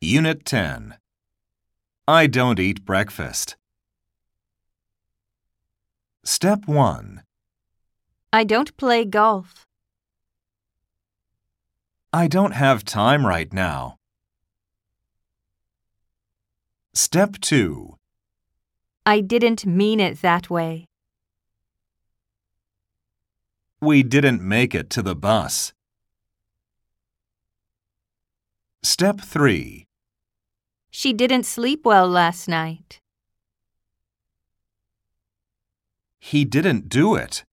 Unit 10. I don't eat breakfast. Step 1. I don't play golf. I don't have time right now. Step 2. I didn't mean it that way. We didn't make it to the bus. Step 3. She didn't sleep well last night. He didn't do it.